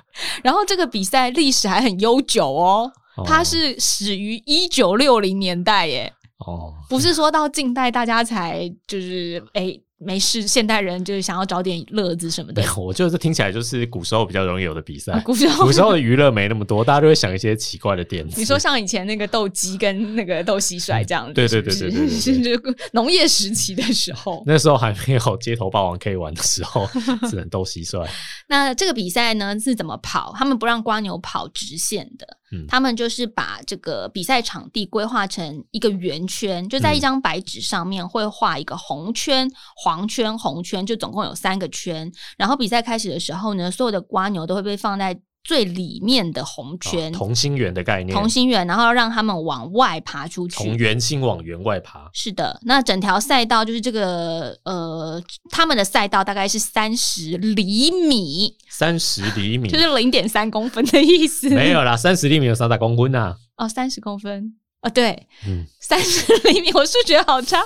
Speaker 2: 然后这个比赛历史还很悠久哦，它
Speaker 1: 哦
Speaker 2: 是始于一九六零年代耶，
Speaker 1: 哦，
Speaker 2: 不是说到近代大家才
Speaker 1: [laughs]
Speaker 2: 就是哎。没事，现代人就是想要找点乐子什么的 [laughs]
Speaker 1: 对，， [laughs] 我觉得这听起来就是古时候比较容易有的比赛
Speaker 2: 啊。股票
Speaker 1: [laughs] 古时候的娱乐没那么多，大家都会想一些奇怪的点子。
Speaker 2: [laughs] 你说像以前那个斗鸡跟那个斗蟋蟀这样子，
Speaker 1: 对对对对
Speaker 2: 是不
Speaker 1: 对
Speaker 2: 是
Speaker 1: 对
Speaker 2: 是 [laughs] 就是农业时期的时候。
Speaker 1: 那时候还没有街头霸王可以玩的时
Speaker 2: [laughs]
Speaker 1: 候，只能斗蟋蟀。
Speaker 2: 那这个比赛呢是怎么跑？他们不让瓜牛跑直线的，
Speaker 1: 嗯
Speaker 2: 他们就是把这个比赛场地规划成一个圆圈，就在
Speaker 1: 嗯
Speaker 2: 一张白纸上面会画一个红圈、黄圈、红圈，就总共有三个圈。然后比赛开始的时候呢，所有的瓜牛都会被放在最里面的红圈。
Speaker 1: 哦同心圆的概念，
Speaker 2: 同心圆，然后让他们往外爬出去，
Speaker 1: 从圆心往圆外
Speaker 2: [laughs]
Speaker 1: 爬。
Speaker 2: 是的，那整条赛道就是这个呃，他们的赛道大概是三十厘米，
Speaker 1: 三十厘 [laughs] 米，
Speaker 2: 就是零点三公分的意思。
Speaker 1: 没有啦，三十厘米有三大公分呐、
Speaker 2: 哦，三十公分哦，对，
Speaker 1: 嗯
Speaker 2: 三十厘米，我数学好差，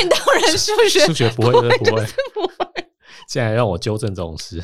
Speaker 2: 运动人数学
Speaker 1: 数学不会真的不会，
Speaker 2: [laughs] 不会，
Speaker 1: 竟然让我纠正这种事，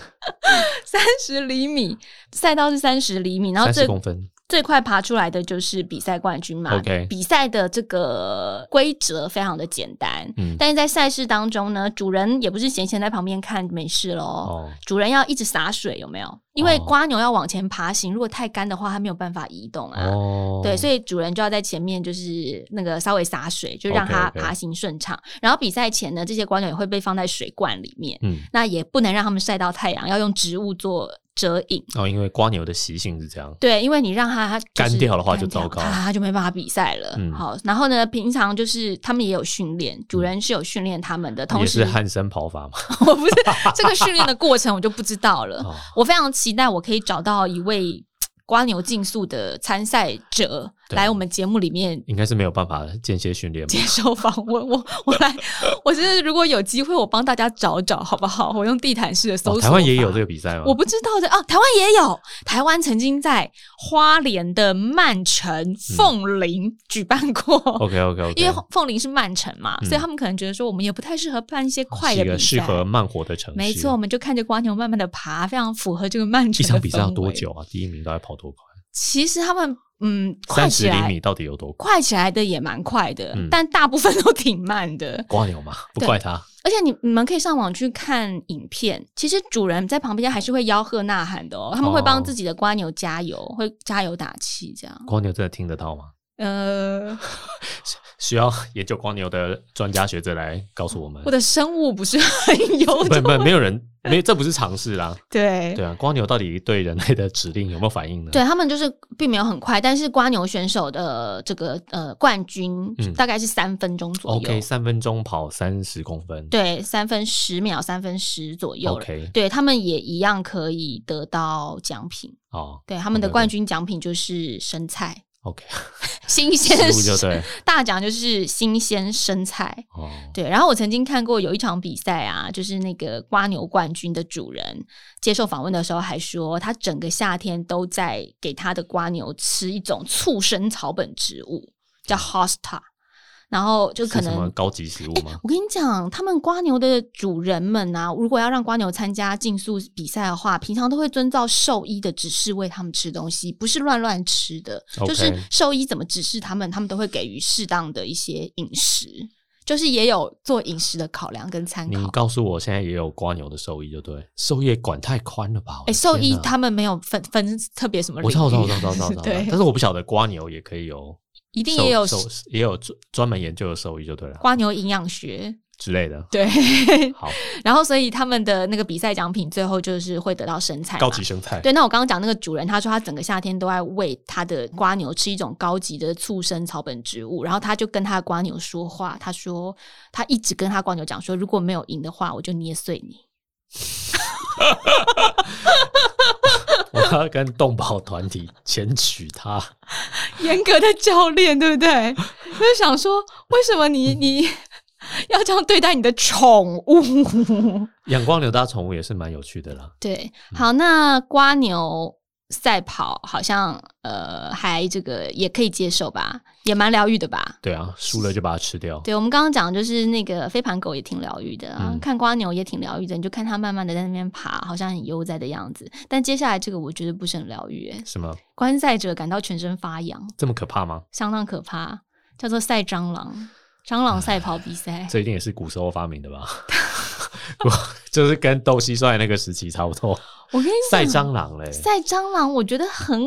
Speaker 2: 三十厘米，赛道是三十厘米，然后
Speaker 1: 三
Speaker 2: 最
Speaker 1: 十公分，
Speaker 2: 最快爬出来的就是比赛冠军嘛。
Speaker 1: OK
Speaker 2: 比赛的这个规则非常的简单，
Speaker 1: 嗯
Speaker 2: 但是在赛事当中呢，主人也不是闲闲在旁边看没事喽，
Speaker 1: 哦，
Speaker 2: 主人要一直洒水，有没有？因为
Speaker 1: 哦
Speaker 2: 瓜牛要往前爬行，如果太干的话，它没有办法移动啊。
Speaker 1: 哦，
Speaker 2: 对，所
Speaker 1: 以
Speaker 2: 以主人就要在前面，就是那个稍微洒水，就让它
Speaker 1: OK，OK
Speaker 2: 爬行顺畅。然后比赛前呢，这些瓜牛也会被放在水罐里面，
Speaker 1: 嗯，
Speaker 2: 那也不能让它们晒到太阳，要用植物做遮影。
Speaker 1: 哦，因为瓜牛的习性是这样，
Speaker 2: 对，因为你让它就是
Speaker 1: 干掉的话就
Speaker 2: 干掉
Speaker 1: 糟糕
Speaker 2: 它它就没办法比赛了。
Speaker 1: 嗯
Speaker 2: 好，然后呢，平常就是他们也有训练，主人是有训练他们的，同
Speaker 1: 也
Speaker 2: 时
Speaker 1: 是汉森跑法
Speaker 2: [laughs]
Speaker 1: 嘛，[laughs]
Speaker 2: 我不是这个训练的过程我就不知道了。
Speaker 1: 哦
Speaker 2: [laughs] 我非常期待我可以找到一位瓜牛竞速的参赛者
Speaker 1: 对
Speaker 2: 来我们节目里面
Speaker 1: 应该是没有办法间歇训练吧
Speaker 2: 接。 [laughs] 受访问。我我
Speaker 1: [laughs]
Speaker 2: 来，我真的如果有机会，我帮大家找找好不好？我用地毯式的搜
Speaker 1: 哦
Speaker 2: 索、
Speaker 1: 台湾也有这。个比赛吗？
Speaker 2: 我不知道的啊，台湾也有。台湾曾经在花莲的曼城凤
Speaker 1: 嗯
Speaker 2: 林举办过，
Speaker 1: OK OK OK，
Speaker 2: 因为凤林是曼城嘛，
Speaker 1: 嗯哦
Speaker 2: 所以他们可能觉得说我们也不太适合办一些快
Speaker 1: 是
Speaker 2: 的
Speaker 1: 一
Speaker 2: 比赛，
Speaker 1: 个适合慢活的城市。
Speaker 2: 没错，我，们就看着瓜牛慢慢的爬，非常符合这个漫
Speaker 1: 一
Speaker 2: 长。
Speaker 1: 场比赛要多久？啊？第一名大概跑多快？
Speaker 2: 其实他们嗯，快
Speaker 1: 三十
Speaker 2: 起
Speaker 1: 厘
Speaker 2: 来，
Speaker 1: 米到底有多快？
Speaker 2: 快起来的也蛮快的，
Speaker 1: 嗯
Speaker 2: 但大部分都挺慢的。
Speaker 1: 瓜牛嘛，不
Speaker 2: 对
Speaker 1: 怪它。
Speaker 2: 而且你你们可以上网去看影片，其实主人在旁边还是会吆喝呐喊的哦，他们会帮自己的瓜牛加油，会加油打气这样。
Speaker 1: 瓜牛真的听得到吗？
Speaker 2: 呃，
Speaker 1: 需要 [laughs] 研究瓜牛的专家学者来告诉我们
Speaker 2: 我。的生物不是
Speaker 1: [laughs]
Speaker 2: 很优
Speaker 1: 不
Speaker 2: 秀，
Speaker 1: 不，没有人，没有这不是常识啦。
Speaker 2: 对
Speaker 1: 对啊，瓜牛到底对人类的指令有没有反应呢？
Speaker 2: 对他们就是并没有很快，但是瓜牛选手的这个呃冠军
Speaker 1: 嗯
Speaker 2: 大概是三分钟左右。
Speaker 1: ，OK，三分钟跑三十公分。
Speaker 2: 对，三分十秒，三分十左右。
Speaker 1: ，OK，
Speaker 2: 对他们也一样可以得到奖品。
Speaker 1: 哦
Speaker 2: 对，他们的
Speaker 1: OK，OK
Speaker 2: 冠军奖品就是生菜， [laughs]
Speaker 1: ，OK，
Speaker 2: 新
Speaker 1: 食
Speaker 2: 鲜
Speaker 1: 物就对。
Speaker 2: 大奖就是新鲜生菜。
Speaker 1: 哦，
Speaker 2: 对，然后我曾经看过有一场比赛啊，就是那个瓜牛冠军的主人接受访问的时候还说，他整个夏天都在给他的瓜牛吃一种促生草本植物，叫 hosta，然后就是可
Speaker 1: 什么
Speaker 2: 能
Speaker 1: 高级食物吗？
Speaker 2: 我跟你讲，他们瓜牛的主人们啊，如果要让瓜牛参加竞速比赛的话，平常都会遵照兽医的指示喂他们吃东西，不是乱乱吃的
Speaker 1: OK
Speaker 2: 就是兽医怎么指示他们，他们都会给予适当的一些饮食，就是也有做饮食的考量跟参
Speaker 1: 你
Speaker 2: 考。
Speaker 1: 告诉我，现在也有瓜牛的兽医，就对，兽医也管太宽了吧？我的
Speaker 2: 哎，兽
Speaker 1: 天
Speaker 2: 医
Speaker 1: 哪
Speaker 2: 他们没有分分特别什么领
Speaker 1: 我
Speaker 2: 域，
Speaker 1: 知道，我知道，我知道，我
Speaker 2: [laughs]
Speaker 1: 知道，我知道。
Speaker 2: 对
Speaker 1: 但是我不晓得瓜牛也可以有
Speaker 2: 一定
Speaker 1: 兽，
Speaker 2: 也有
Speaker 1: 兽也有专专门研究的兽医就对了
Speaker 2: 瓜牛营养学，
Speaker 1: 之类的。
Speaker 2: 对， [laughs]
Speaker 1: 好，
Speaker 2: 然后所以他们的那个比赛奖品最后就是会得到生菜嘛，
Speaker 1: 高级生菜。
Speaker 2: 对，那我刚刚讲那个主人，他说他整个夏天都在喂他的瓜牛吃一种高级的畜生草本植物，然后他就跟他的瓜牛说话，他说他一直跟他瓜牛讲说，如果没有赢的话，我就捏碎你。
Speaker 1: [laughs] 我要跟动保团体检举他。
Speaker 2: 严格的教练，对不对？ [laughs] 我就想说，为什么你你要这样对待你的宠物？
Speaker 1: 养光牛大宠物也是蛮有趣的啦。
Speaker 2: 对，好，那瓜牛。赛跑好像呃还这个也可以接受吧，也蛮疗愈的吧。
Speaker 1: 对啊，输了就把它吃掉。
Speaker 2: 对，我们刚刚讲就是那个飞盘狗也挺疗愈的、啊，
Speaker 1: 嗯
Speaker 2: 看瓜牛也挺疗愈的，你就看它慢慢的在那边爬，好像很悠哉的样子。但接下来这个我觉得不是很疗愈耶，
Speaker 1: 什么
Speaker 2: 观赛者感到全身发痒，
Speaker 1: 这么可怕吗？
Speaker 2: 相当可怕，叫做赛蟑螂，蟑螂赛跑比赛。
Speaker 1: 这一定也是古时候发明的吧？ [laughs] 我就是跟斗蟋蟀那个时期差不多。
Speaker 2: 我跟你
Speaker 1: 赛
Speaker 2: 讲，
Speaker 1: 蟑螂嘞，
Speaker 2: 赛蟑螂，我觉得很，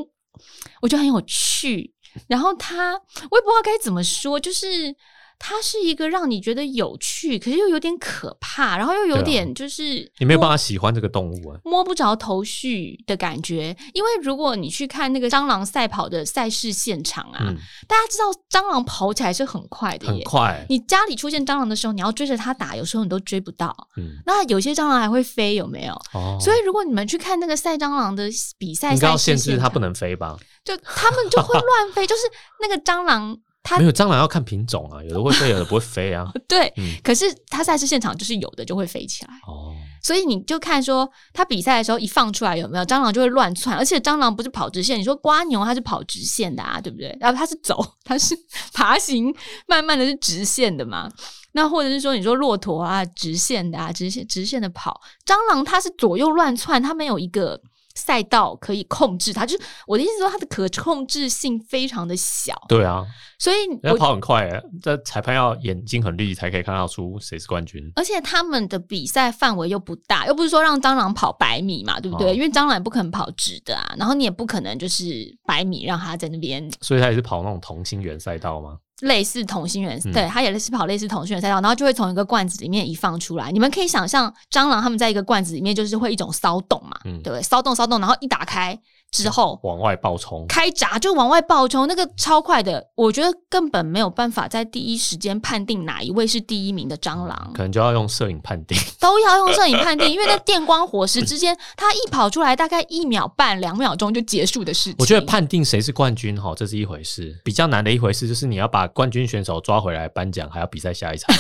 Speaker 2: 我觉得很有趣。然后它，我也不知道该怎么说，就是它是一个让你觉得有趣，可是又有点可怕，然后又
Speaker 1: 对
Speaker 2: 有
Speaker 1: 啊
Speaker 2: 点就是、
Speaker 1: 你没有办法喜欢这个动物啊。
Speaker 2: 摸不着头绪的感觉，因为如果你去看那个蟑螂赛跑的赛事现场啊，
Speaker 1: 嗯，
Speaker 2: 大家知道蟑螂跑起来是很快的
Speaker 1: 很
Speaker 2: 耶。
Speaker 1: 快。
Speaker 2: 你家里出现蟑螂的时候，你要追着它打，有时候你都追不到。
Speaker 1: 嗯，
Speaker 2: 那有些蟑螂还会飞，有没有？
Speaker 1: 哦，
Speaker 2: 所以如果你们去看那个赛蟑螂的比赛，
Speaker 1: 应该要
Speaker 2: 赛事
Speaker 1: 限制
Speaker 2: 现
Speaker 1: 它
Speaker 2: 场
Speaker 1: 不，能飞吧？
Speaker 2: 就它们就会乱飞，就是那个蟑螂 [laughs] 它
Speaker 1: 没有蟑螂要看品
Speaker 2: [laughs]
Speaker 1: 种啊，有的会飞，有的不会飞啊。
Speaker 2: 对，
Speaker 1: 嗯
Speaker 2: 可是它赛事现场就是有的就会飞起来。
Speaker 1: 哦，
Speaker 2: 所以你就看说，它比赛的时候一放出来有没有蟑螂就会乱窜，而且蟑螂不是跑直线，你说瓜牛它是跑直线的啊，对不对？然后它是走，它是 [laughs] 爬行，慢慢的是直线的嘛。那或者是说，你说骆驼啊，直线的啊，直线直线的跑，蟑螂它是左右乱窜，它没有一个赛道可以控制它，就是我的意思说，它的可控制性非常的小，
Speaker 1: 对啊，
Speaker 2: 所以
Speaker 1: 人
Speaker 2: 我
Speaker 1: 家跑很快、欸，这裁判要眼睛很利才可以看到出谁是冠军。
Speaker 2: 而且他们的比赛范围又不大，又不是说让蟑螂跑百米嘛，对不对？
Speaker 1: 哦
Speaker 2: 因为蟑螂也不可能跑直的啊，然后你也不可能就是百米让它在那边
Speaker 1: 所以他也是跑那种同心圆赛道吗？
Speaker 2: 类似同心圆，
Speaker 1: 嗯
Speaker 2: 对，它也是跑类似同心圆赛道，然后就会从一个罐子里面一放出来。你们可以想象，蟑螂它们在一个罐子里面就是会一种骚动嘛，
Speaker 1: 嗯
Speaker 2: 对不对？骚动骚动，然后一打开之后。
Speaker 1: 往外爆冲，
Speaker 2: 开闸就往外爆冲，那个超快的，我觉得根本没有办法在第一时间判定哪一位是第一名的蟑螂。
Speaker 1: 可能就要用摄影判定。
Speaker 2: 都要用摄影
Speaker 1: [laughs]
Speaker 2: 判定，因为那电光火石之间，它一跑出来大概一秒半、两秒钟就结束的事情。
Speaker 1: 我觉得判定谁是冠军哈，这是一回事，比较难的一回事就是你要把冠军选手抓回来颁奖，还要比赛下一场。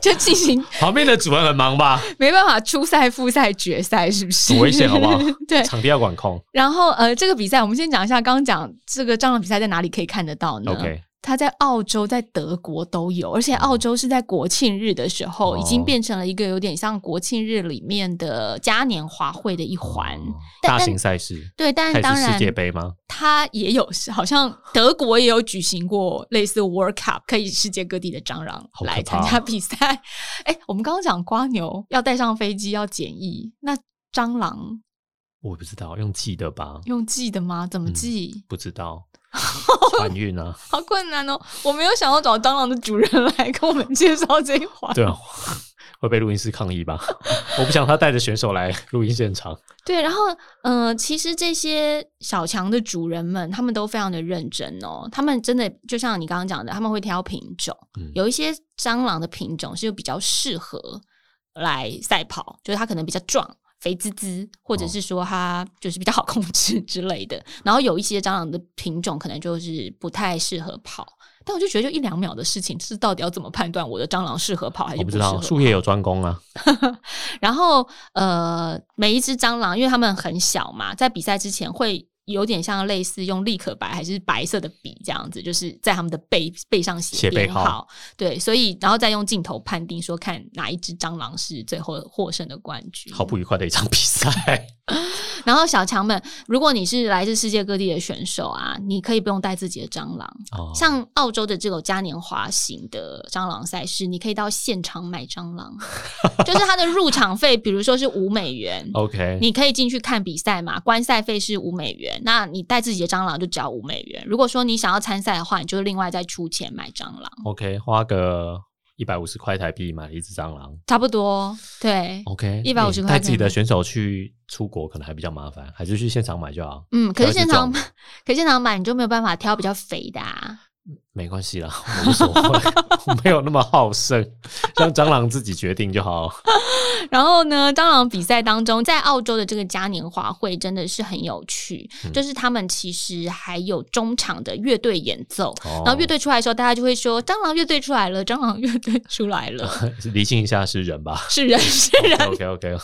Speaker 2: 就进行
Speaker 1: 旁边的主任很忙吧？
Speaker 2: 没办法初赛、复赛、决赛，是不是？
Speaker 1: 很危险好不好
Speaker 2: [laughs] 对。
Speaker 1: 场地要管控。
Speaker 2: 然后呃，这个比赛我们先讲一下，刚刚讲这个蟑螂比赛在哪里可以看得到呢
Speaker 1: OK，
Speaker 2: 它在澳洲、在德国都有，而且澳洲是在国庆日的时候，
Speaker 1: 哦
Speaker 2: 已经变成了一个有点像国庆日里面的嘉年华会的一环。但
Speaker 1: 大型赛事，
Speaker 2: 对，但
Speaker 1: 还
Speaker 2: 是当
Speaker 1: 是
Speaker 2: 然，
Speaker 1: 世界杯吗？
Speaker 2: 它也有，好像德国也有举行过类似 World Cup，可以世界各地的蟑螂
Speaker 1: 好可怕啊
Speaker 2: 来参加比赛。 [laughs] 哎、我们刚刚讲瓜牛要带上飞机要检疫，那蟑螂
Speaker 1: 我不知道，用记的吧？
Speaker 2: 用寄的吗？
Speaker 1: 嗯
Speaker 2: 怎么寄？
Speaker 1: 不知
Speaker 2: [laughs]
Speaker 1: 道，船运啊，
Speaker 2: 好困难哦！我没有想要找蟑螂的主人来跟我们介绍这一环。
Speaker 1: 对啊，会被录音师抗议
Speaker 2: [laughs]
Speaker 1: 吧？我不想他带着选手来录音现场。
Speaker 2: 对，然后呃，其实这些小强的主人们，他们都非常的认真哦。他们真的就像你刚刚讲的，他们会挑品种，
Speaker 1: 嗯
Speaker 2: 有一些蟑螂的品种是比较适合来赛跑，就是它可能比较壮。肥滋滋，或者
Speaker 1: 哦
Speaker 2: 是说它就是比较好 [laughs] 控制之类的。然后有一些蟑螂的品种可能就是不太适合跑，但我就觉得就一两秒的事情，是到底要怎么判断我的蟑螂适合跑还是
Speaker 1: 我不知
Speaker 2: 适合
Speaker 1: 道，术业有专攻啊。
Speaker 2: 然后呃，每一只蟑螂，因为它们很小嘛，在比赛之前会有点像类似用立可白还是白色的笔这样子，就是在它们的背背上
Speaker 1: 写
Speaker 2: 写
Speaker 1: 背
Speaker 2: 编
Speaker 1: 号
Speaker 2: 对，所以然后再用镜头判定说看哪一只蟑螂是最后获胜的冠军。
Speaker 1: 好不愉快的一场比
Speaker 2: [laughs]
Speaker 1: 赛。
Speaker 2: 然后小强们，如果你是来自世界各地的选手啊，你可以不用带自己的蟑螂。
Speaker 1: 哦
Speaker 2: 像澳洲的这种嘉年华型的蟑螂赛事，你可以到现场买蟑螂， [laughs] 就是它的入场费，比如说是五美元，
Speaker 1: OK，
Speaker 2: 你可以进去看比赛嘛，观赛费是五美元，那你带自己的蟑螂就只要五美元。如果说你想要参赛的话，你就另外再出钱买蟑螂，
Speaker 1: OK，花个一百五十块台币买了一只蟑螂。
Speaker 2: 差不多。哦对，
Speaker 1: OK，
Speaker 2: 150
Speaker 1: 你
Speaker 2: 块
Speaker 1: 带自己
Speaker 2: 可以
Speaker 1: 的
Speaker 2: 吗
Speaker 1: 选手去出国可能还比较麻烦，还是去现场买就好。
Speaker 2: 嗯，可是现场
Speaker 1: 不要一直，
Speaker 2: [laughs] 可是现场买你就没有办法挑比较肥的、啊，
Speaker 1: 没关系啦，我无所谓，我没有那么好胜，让蟑螂自己决定就好。
Speaker 2: 然后呢，蟑螂比赛当中，在澳洲的这个嘉年华会真的是很有趣，就是他们其实还有中场的乐队演奏。
Speaker 1: 哦
Speaker 2: 然后乐队出来的时候，大家就会说：“蟑螂乐队出来了，蟑螂乐队出来了，
Speaker 1: 理性一下是人吧
Speaker 2: 是人， [laughs] 是人。
Speaker 1: ？OK OK，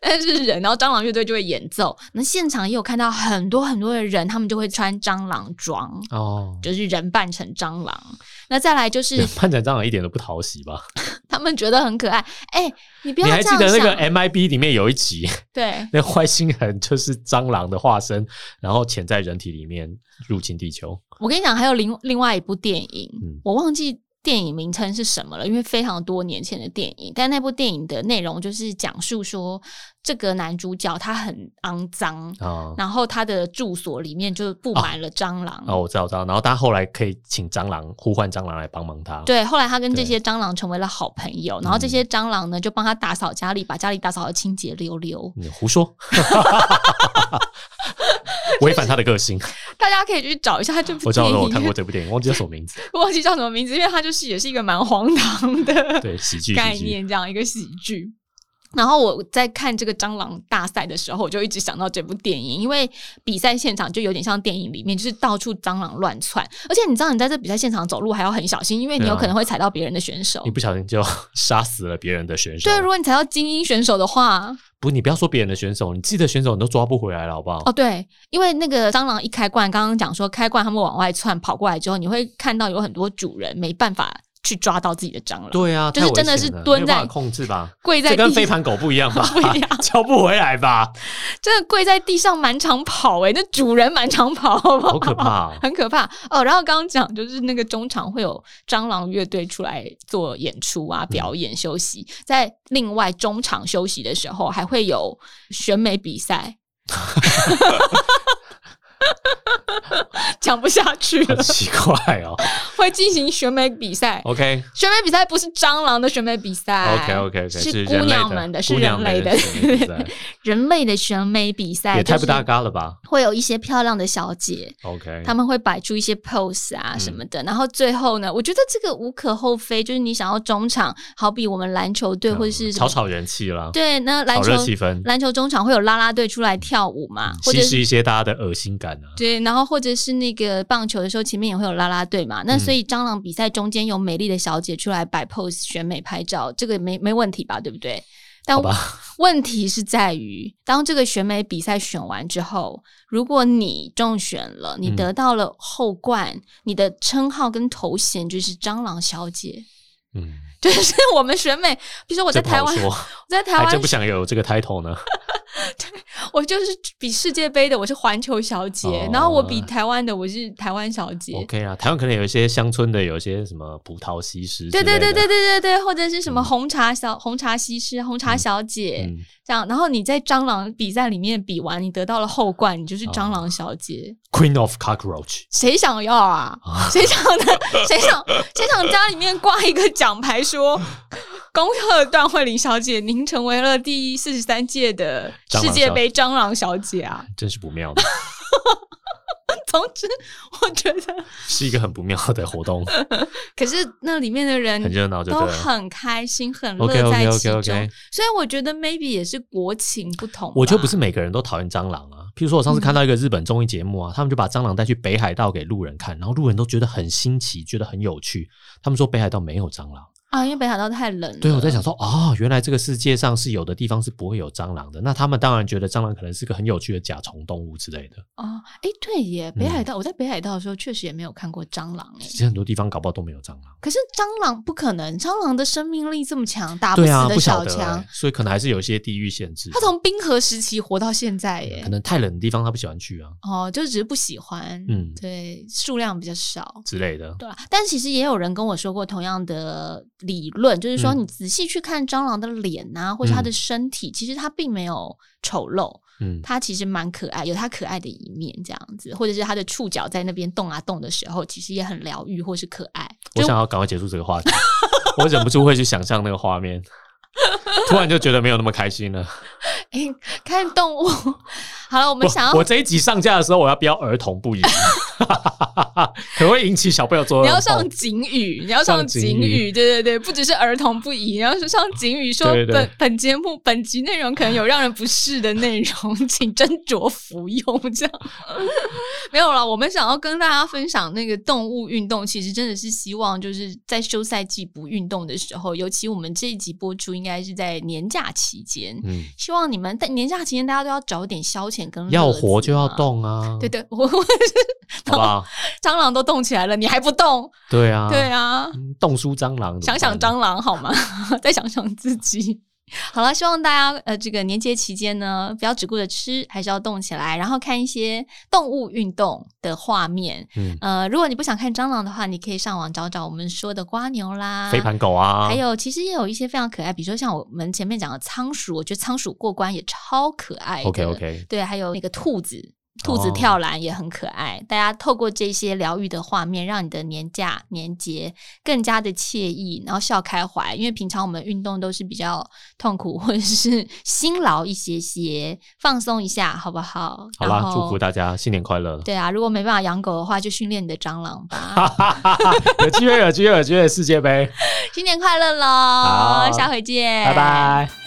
Speaker 2: 但是人，然后蟑螂乐队就会演奏。那现场也有看到很多很多的人，他们就会穿蟑螂装，
Speaker 1: 哦，
Speaker 2: 就是人扮成蟑螂。那再来就是 [laughs]
Speaker 1: 潘展蟑螂一点都不讨喜吧？
Speaker 2: 他们觉得很可爱。哎、你不要
Speaker 1: 你
Speaker 2: 这
Speaker 1: 还
Speaker 2: 样
Speaker 1: 记
Speaker 2: 想。
Speaker 1: 得那个 MIB 里面有一集，
Speaker 2: 对
Speaker 1: 那外星人就是蟑螂的化身，然后潜在人体里面入侵地球。
Speaker 2: 我跟你讲，还有另另外一部电影，
Speaker 1: 嗯
Speaker 2: 我忘记。电影名称是什么了？因为非常多年前的电影，但那部电影的内容就是讲述说，这个男主角他很肮脏，
Speaker 1: 啊、
Speaker 2: 然后他的住所里面就布满了蟑螂。
Speaker 1: 哦，我知道，我知道。然后他后来可以请蟑螂呼唤蟑螂来帮忙他。，
Speaker 2: 对，后来他跟
Speaker 1: 对嗯
Speaker 2: 这些蟑螂成为了好朋友，然后这些蟑螂呢就帮他打扫家里，把家里打扫的清洁溜溜。
Speaker 1: 你胡
Speaker 2: [laughs]
Speaker 1: 说，违反他的个性。
Speaker 2: 大家可以去找一下这部
Speaker 1: 我知道
Speaker 2: 电
Speaker 1: 了，
Speaker 2: 影，
Speaker 1: 我看
Speaker 2: [laughs]
Speaker 1: 过这部电影，忘记叫什么名字。
Speaker 2: 忘记叫什么名字，因为它就是也是一个蛮荒唐的 [laughs]
Speaker 1: 对，喜剧，
Speaker 2: 概
Speaker 1: 喜剧。
Speaker 2: 念，这样一个喜剧。然后我在看这个蟑螂大赛的时候，我就一直想到这部电影，因为比赛现场就有点像电影里面，就是到处蟑螂乱窜，而且你知道你在这比赛现场走路还要很小心，因为你
Speaker 1: 对啊
Speaker 2: 有可能会踩到别人的选手
Speaker 1: 你。不小心就杀死了别人的选手。
Speaker 2: 对，如果你踩到精英选手的话，
Speaker 1: 不，你不要说别人的选手，你自己的选手你都抓不回来了，好不好？
Speaker 2: 哦对，因为那个蟑螂一开罐，刚刚讲说开罐它们往外窜跑过来之后，你会看到有很多主人没办法去抓到自己的蟑螂，
Speaker 1: 对啊，
Speaker 2: 就是
Speaker 1: 太危
Speaker 2: 真的
Speaker 1: 险
Speaker 2: 是
Speaker 1: 了
Speaker 2: 蹲
Speaker 1: 没有办法
Speaker 2: 在
Speaker 1: 控制吧。
Speaker 2: 跪 [laughs] 在
Speaker 1: 这
Speaker 2: 地
Speaker 1: 跟飞盘狗不一样吧
Speaker 2: [laughs] 不
Speaker 1: [laughs]
Speaker 2: 一样？
Speaker 1: 敲不回来
Speaker 2: [laughs]
Speaker 1: 吧？
Speaker 2: 真的跪在地上满场跑、欸，那主人满场跑，好不好
Speaker 1: 好可怕、哦！
Speaker 2: [laughs] 很可怕哦。然后刚刚讲就是那个中场会有蟑螂乐队出来做演出
Speaker 1: 嗯
Speaker 2: 啊、表演、休息，在另外中场休息的时候还会有选美比
Speaker 1: [laughs]
Speaker 2: 赛。讲不下去
Speaker 1: 好
Speaker 2: 了，
Speaker 1: 奇怪
Speaker 2: [laughs]
Speaker 1: 哦。
Speaker 2: 会进行选美比赛。
Speaker 1: OK
Speaker 2: 选美比赛不是蟑螂的选美比赛
Speaker 1: OK OK OK，
Speaker 2: 哎是
Speaker 1: 人类
Speaker 2: 姑娘
Speaker 1: 的
Speaker 2: 们的，是
Speaker 1: 姑娘
Speaker 2: 人类
Speaker 1: 们
Speaker 2: 的， [laughs]
Speaker 1: 选美比赛
Speaker 2: 人类的选美比赛
Speaker 1: 也太不搭
Speaker 2: 就是
Speaker 1: 嘎了吧
Speaker 2: 会有一些漂亮的小姐，
Speaker 1: ？OK，
Speaker 2: 他们会摆出一些 pose 啊
Speaker 1: 哎嗯
Speaker 2: 什么的，然后最后呢，我觉得这个无可厚非，就是你想要中场，好比我们篮球队
Speaker 1: 嗯
Speaker 2: 或者是什么
Speaker 1: 炒炒人气啦，
Speaker 2: 对，那篮
Speaker 1: 炒
Speaker 2: 球
Speaker 1: 热气氛，嗯
Speaker 2: 篮球中场会有啦啦队出来跳舞嘛，或者
Speaker 1: 稀
Speaker 2: 是
Speaker 1: 释一些大家的恶心感啊。
Speaker 2: 对，然后或者是那个棒球的时候，前面也会有啦啦队嘛，那
Speaker 1: 嗯
Speaker 2: 所以蟑螂比赛中间有美丽的小姐出来摆 pose 选美拍照，这个没没问题吧，对不对？但
Speaker 1: 好吧
Speaker 2: 问题是在于，当这个选美比赛选完之后，如果你中选了，你
Speaker 1: 嗯
Speaker 2: 得到了后冠，你的称号跟头衔就是蟑螂小姐。
Speaker 1: 嗯，
Speaker 2: [laughs] 就是我们选美，比如说我
Speaker 1: 我
Speaker 2: 在台湾，
Speaker 1: 说，
Speaker 2: 我在 [laughs] 台
Speaker 1: 还
Speaker 2: 湾
Speaker 1: 真不，想有这个 title
Speaker 2: [laughs]
Speaker 1: 呢。
Speaker 2: 我就是比世界杯的我是环球小姐，
Speaker 1: 哦
Speaker 2: 然后我比台湾的我是台湾小姐。
Speaker 1: OK 啊，台湾可能有一些乡村的，有一些什么葡萄西施，
Speaker 2: 对对对对
Speaker 1: 对，
Speaker 2: 对对对，或者是什么红茶小红茶西施、红茶小姐、
Speaker 1: 嗯，
Speaker 2: 这样，然后你在蟑螂比赛里面比完，你得到了后冠，你就是
Speaker 1: 哦
Speaker 2: 蟑螂小姐。
Speaker 1: Queen of Cockroach，
Speaker 2: 谁想
Speaker 1: [laughs]
Speaker 2: 要啊？
Speaker 1: 哦
Speaker 2: 谁想的？谁想谁想家里面挂一个奖牌说，恭贺段慧玲小姐，您成为了第四十三届的
Speaker 1: 蟑螂
Speaker 2: 世
Speaker 1: 小
Speaker 2: 界杯蟑螂小姐
Speaker 1: [laughs]
Speaker 2: 啊！
Speaker 1: 真是不
Speaker 2: [laughs]
Speaker 1: 妙的，
Speaker 2: 总之，我觉得，
Speaker 1: 是一个很不妙的活
Speaker 2: [laughs]
Speaker 1: 动，
Speaker 2: 可是那里面的
Speaker 1: 很
Speaker 2: 人
Speaker 1: 热闹就
Speaker 2: 都
Speaker 1: 对了。
Speaker 2: 很开心，很乐
Speaker 1: OK
Speaker 2: 在
Speaker 1: OK
Speaker 2: 其
Speaker 1: OK
Speaker 2: 中。
Speaker 1: OK，
Speaker 2: 所以我觉得 maybe 也是国情不同吧，
Speaker 1: 我觉得不是每个人都讨厌蟑螂
Speaker 2: 嗯
Speaker 1: 啊。譬如说我上次看到一个日本综艺节目啊，他们就把蟑螂带去北海道给路人看，然后路人都觉得很新奇，觉得很有趣。他们说北海道没有蟑螂。
Speaker 2: 啊，因为北海道太冷了。
Speaker 1: 对，我在想说，哦，原来这个世界上是有的地方是不会有蟑螂的。那他们当然觉得蟑螂可能是个很有趣的甲虫动物之类的。
Speaker 2: 哦，哎，对耶，北
Speaker 1: 嗯
Speaker 2: 海道，我在北海道的时候确实也没有看过蟑螂哎。
Speaker 1: 其实很多地方搞不好都没有蟑螂。
Speaker 2: 可是蟑螂不可能，蟑螂的生命力这么强，打
Speaker 1: 对
Speaker 2: 死
Speaker 1: 啊，
Speaker 2: 的
Speaker 1: 不晓
Speaker 2: 小
Speaker 1: 得
Speaker 2: 强。
Speaker 1: 欸、所以可能还是有一些地域限制。
Speaker 2: 它从冰河时期活到现在耶
Speaker 1: 嗯可，能太冷的地方他不喜欢去啊
Speaker 2: 哦，就只是不喜欢，
Speaker 1: 嗯
Speaker 2: 对，数量比较少。
Speaker 1: 之类的。
Speaker 2: 对啊，但其实也有人跟我说过同样的理论，就是说
Speaker 1: 嗯
Speaker 2: 你仔细去看蟑螂的脸呐、或者它的身体，其实它并没有丑陋，
Speaker 1: 嗯，
Speaker 2: 它其实蛮可爱，有它可爱的一面这样子，或者是它的触角在那边动啊动的时候，其实也很疗愈或是可爱。
Speaker 1: 我
Speaker 2: 就
Speaker 1: 想要赶快结束这个话题， [laughs] 我忍不住会去想象那个画面，突然就觉得没有那么开心了。
Speaker 2: 诶看动物， [laughs] 好了，我们
Speaker 1: 我
Speaker 2: 想要
Speaker 1: 我这一集上架的时候，我要标儿童不宜， [laughs] 可能会引起小朋友做噩
Speaker 2: 你
Speaker 1: 梦。
Speaker 2: 要上警语，你要上
Speaker 1: 哦上警
Speaker 2: 警语，
Speaker 1: 语
Speaker 2: 对对对，不只是儿童不宜，你要是上警语说
Speaker 1: 对对
Speaker 2: 本本节目本集内容可能有让人不适的内容， [laughs] 请斟酌服用。这样 [laughs] 没有了，我们想要跟大家分享那个动物运动，其实真的是希望就是在休赛季不运动的时候，尤其我们这一集播出应该是在年假期间，
Speaker 1: 嗯，
Speaker 2: 希望你们在年假期间大家都要找点消遣跟乐
Speaker 1: 要活
Speaker 2: 子
Speaker 1: 就要
Speaker 2: 嘛。
Speaker 1: 动啊，
Speaker 2: 对对，我我
Speaker 1: 好不好？
Speaker 2: 蟑螂都动起来了，你还不动？
Speaker 1: 对啊，
Speaker 2: 对啊，
Speaker 1: 嗯冻书蟑螂，
Speaker 2: 想想，蟑螂好吗？ [laughs] 再想想自己。好了，希望大家呃，这个年节期间呢，不要只顾着吃，还是要动起来，然后看一些动物运动的画面。
Speaker 1: 嗯，
Speaker 2: 呃，如果你不想看蟑螂的话，你可以上网找找我们说的瓜牛啦，
Speaker 1: 飞盘狗啊，
Speaker 2: 还有其实也有一些非常可爱，比如说像我们前面讲的仓鼠，我觉得仓鼠过关也超可爱的。
Speaker 1: OK OK，
Speaker 2: 对，还有那个兔子，兔子
Speaker 1: 哦
Speaker 2: 跳栏也很可爱。大家透过这些疗愈的画面，让你的年假、年节更加的惬意，然后笑开怀。因为平常我们运动都是比较痛苦或者是 [laughs] 辛劳一些些，放松一下好不好？
Speaker 1: 好
Speaker 2: 然
Speaker 1: 啦，
Speaker 2: 后
Speaker 1: 祝福大家新年快乐了。
Speaker 2: 对啊，如果没办法养狗的话，就训练你的蟑螂吧。
Speaker 1: 哈哈哈哈 [laughs] 有机会，有机会，有机会，世界杯，
Speaker 2: 新年快乐喽！
Speaker 1: 好
Speaker 2: 下回见，
Speaker 1: 拜拜。